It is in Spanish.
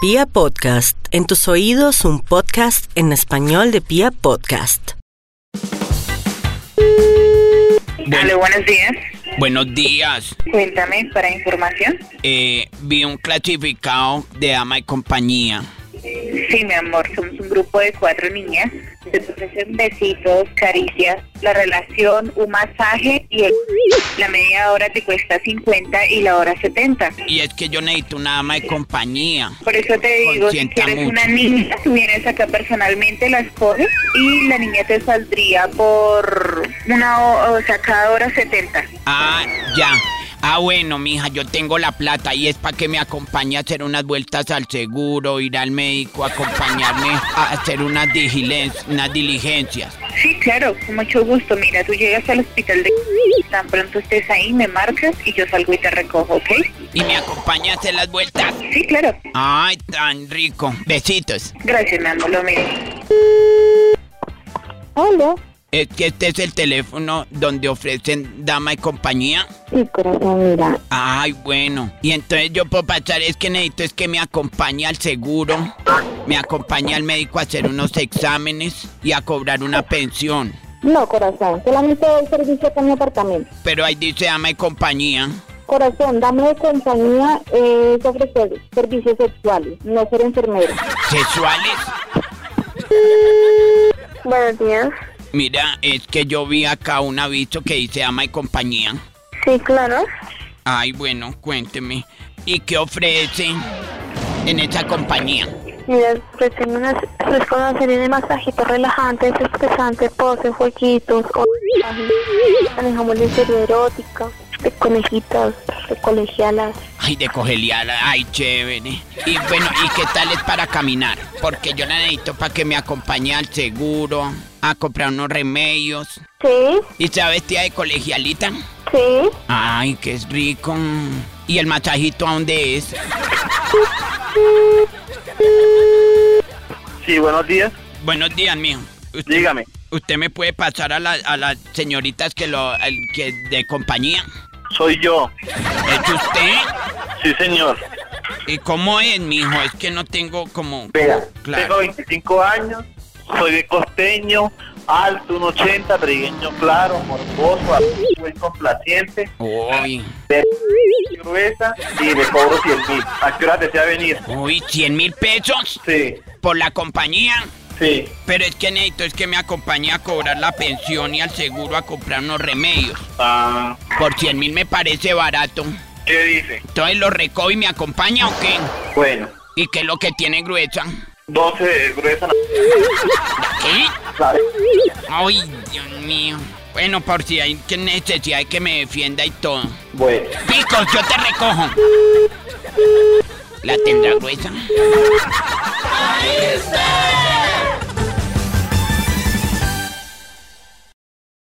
Pia Podcast, en tus oídos un podcast en español de Pia Podcast. Aló, buenos días. Buenos días. Cuéntame para información. Eh, vi un clasificado de ama y compañía. Sí, mi amor, somos un grupo de cuatro niñas. Se ofrecen besitos, caricias, la relación, un masaje y el... la media hora te cuesta 50 y la hora 70. Y es que yo necesito una ama y compañía. Por eso te digo, si Consienta quieres mucho. una niña, tú vienes acá personalmente, las coges y la niña te saldría por una ho- o sea, cada hora 70. Ah, ya. Ah, bueno, mija, yo tengo la plata y es para que me acompañe a hacer unas vueltas al seguro, ir al médico, acompañarme a hacer unas, digilen- unas diligencias. Sí, claro, con mucho gusto. Mira, tú llegas al hospital de... Tan pronto estés ahí, me marcas y yo salgo y te recojo, ¿ok? Y me acompaña a hacer las vueltas. Sí, claro. Ay, tan rico. Besitos. Gracias, mi amor, lo mire. Hola, Es que este es el teléfono donde ofrecen dama y compañía. sí, corazón, mira, Ay, bueno. Y entonces yo puedo pasar, es que necesito es que me acompañe al seguro, me acompañe al médico a hacer unos exámenes y a cobrar una pensión. no, corazón, solamente doy servicio acá en mi apartamento. Pero ahí dice ama y compañía. Corazón, dame de compañía eh, es ofrecer servicios sexuales, no ser enfermero. ¿Sexuales? Buenos días. Mira, es que yo vi acá un aviso que dice ama y compañía. Sí, claro. Ay, bueno, cuénteme. ¿Y qué ofrecen en esa compañía? Mira, pues ofrecemos una, una serie de masajitos relajantes, estresantes, poses, jueguitos, manejamos lencería erótica, de conejitas, de colegialas. Ay, de cogeliada, ay, chévere. Y bueno, ¿y qué tal es para caminar? Porque yo la necesito para que me acompañe al seguro, a comprar unos remedios. Sí, ¿Y se va vestida de colegialita? sí, Ay, qué es rico. ¿Y el masajito a dónde es? Sí, buenos días. Buenos días, mijo. Usted, Dígame. ¿Usted me puede pasar a, la- a las señoritas que lo al- que de compañía? Soy yo. ¿Es usted? Sí, señor. ¿Y cómo es, mijo? Es que no tengo como... Vea, Claro. tengo 25 años, soy de costeño, alto, un 80, trigueño claro, morboso, así, buen complaciente, Uy, de gruesa y le cobro 100 mil. ¿A qué hora desea venir? uy, 100 mil pesos Sí, por la compañía. sí. Pero es que necesito es que me acompañe a cobrar la pensión y al seguro a comprar unos remedios. Ah, Por 100 mil me parece barato. ¿qué dice? Entonces lo recojo y me acompaña o qué? Bueno, ¿Y qué es lo que tiene gruesa? 12 de gruesa, ¿Qué? ¿sabe? Ay, Dios mío. Bueno, por si hay que necesidad de que me defienda y todo. Bueno. Picos, yo te recojo. ¿La tendrá gruesa?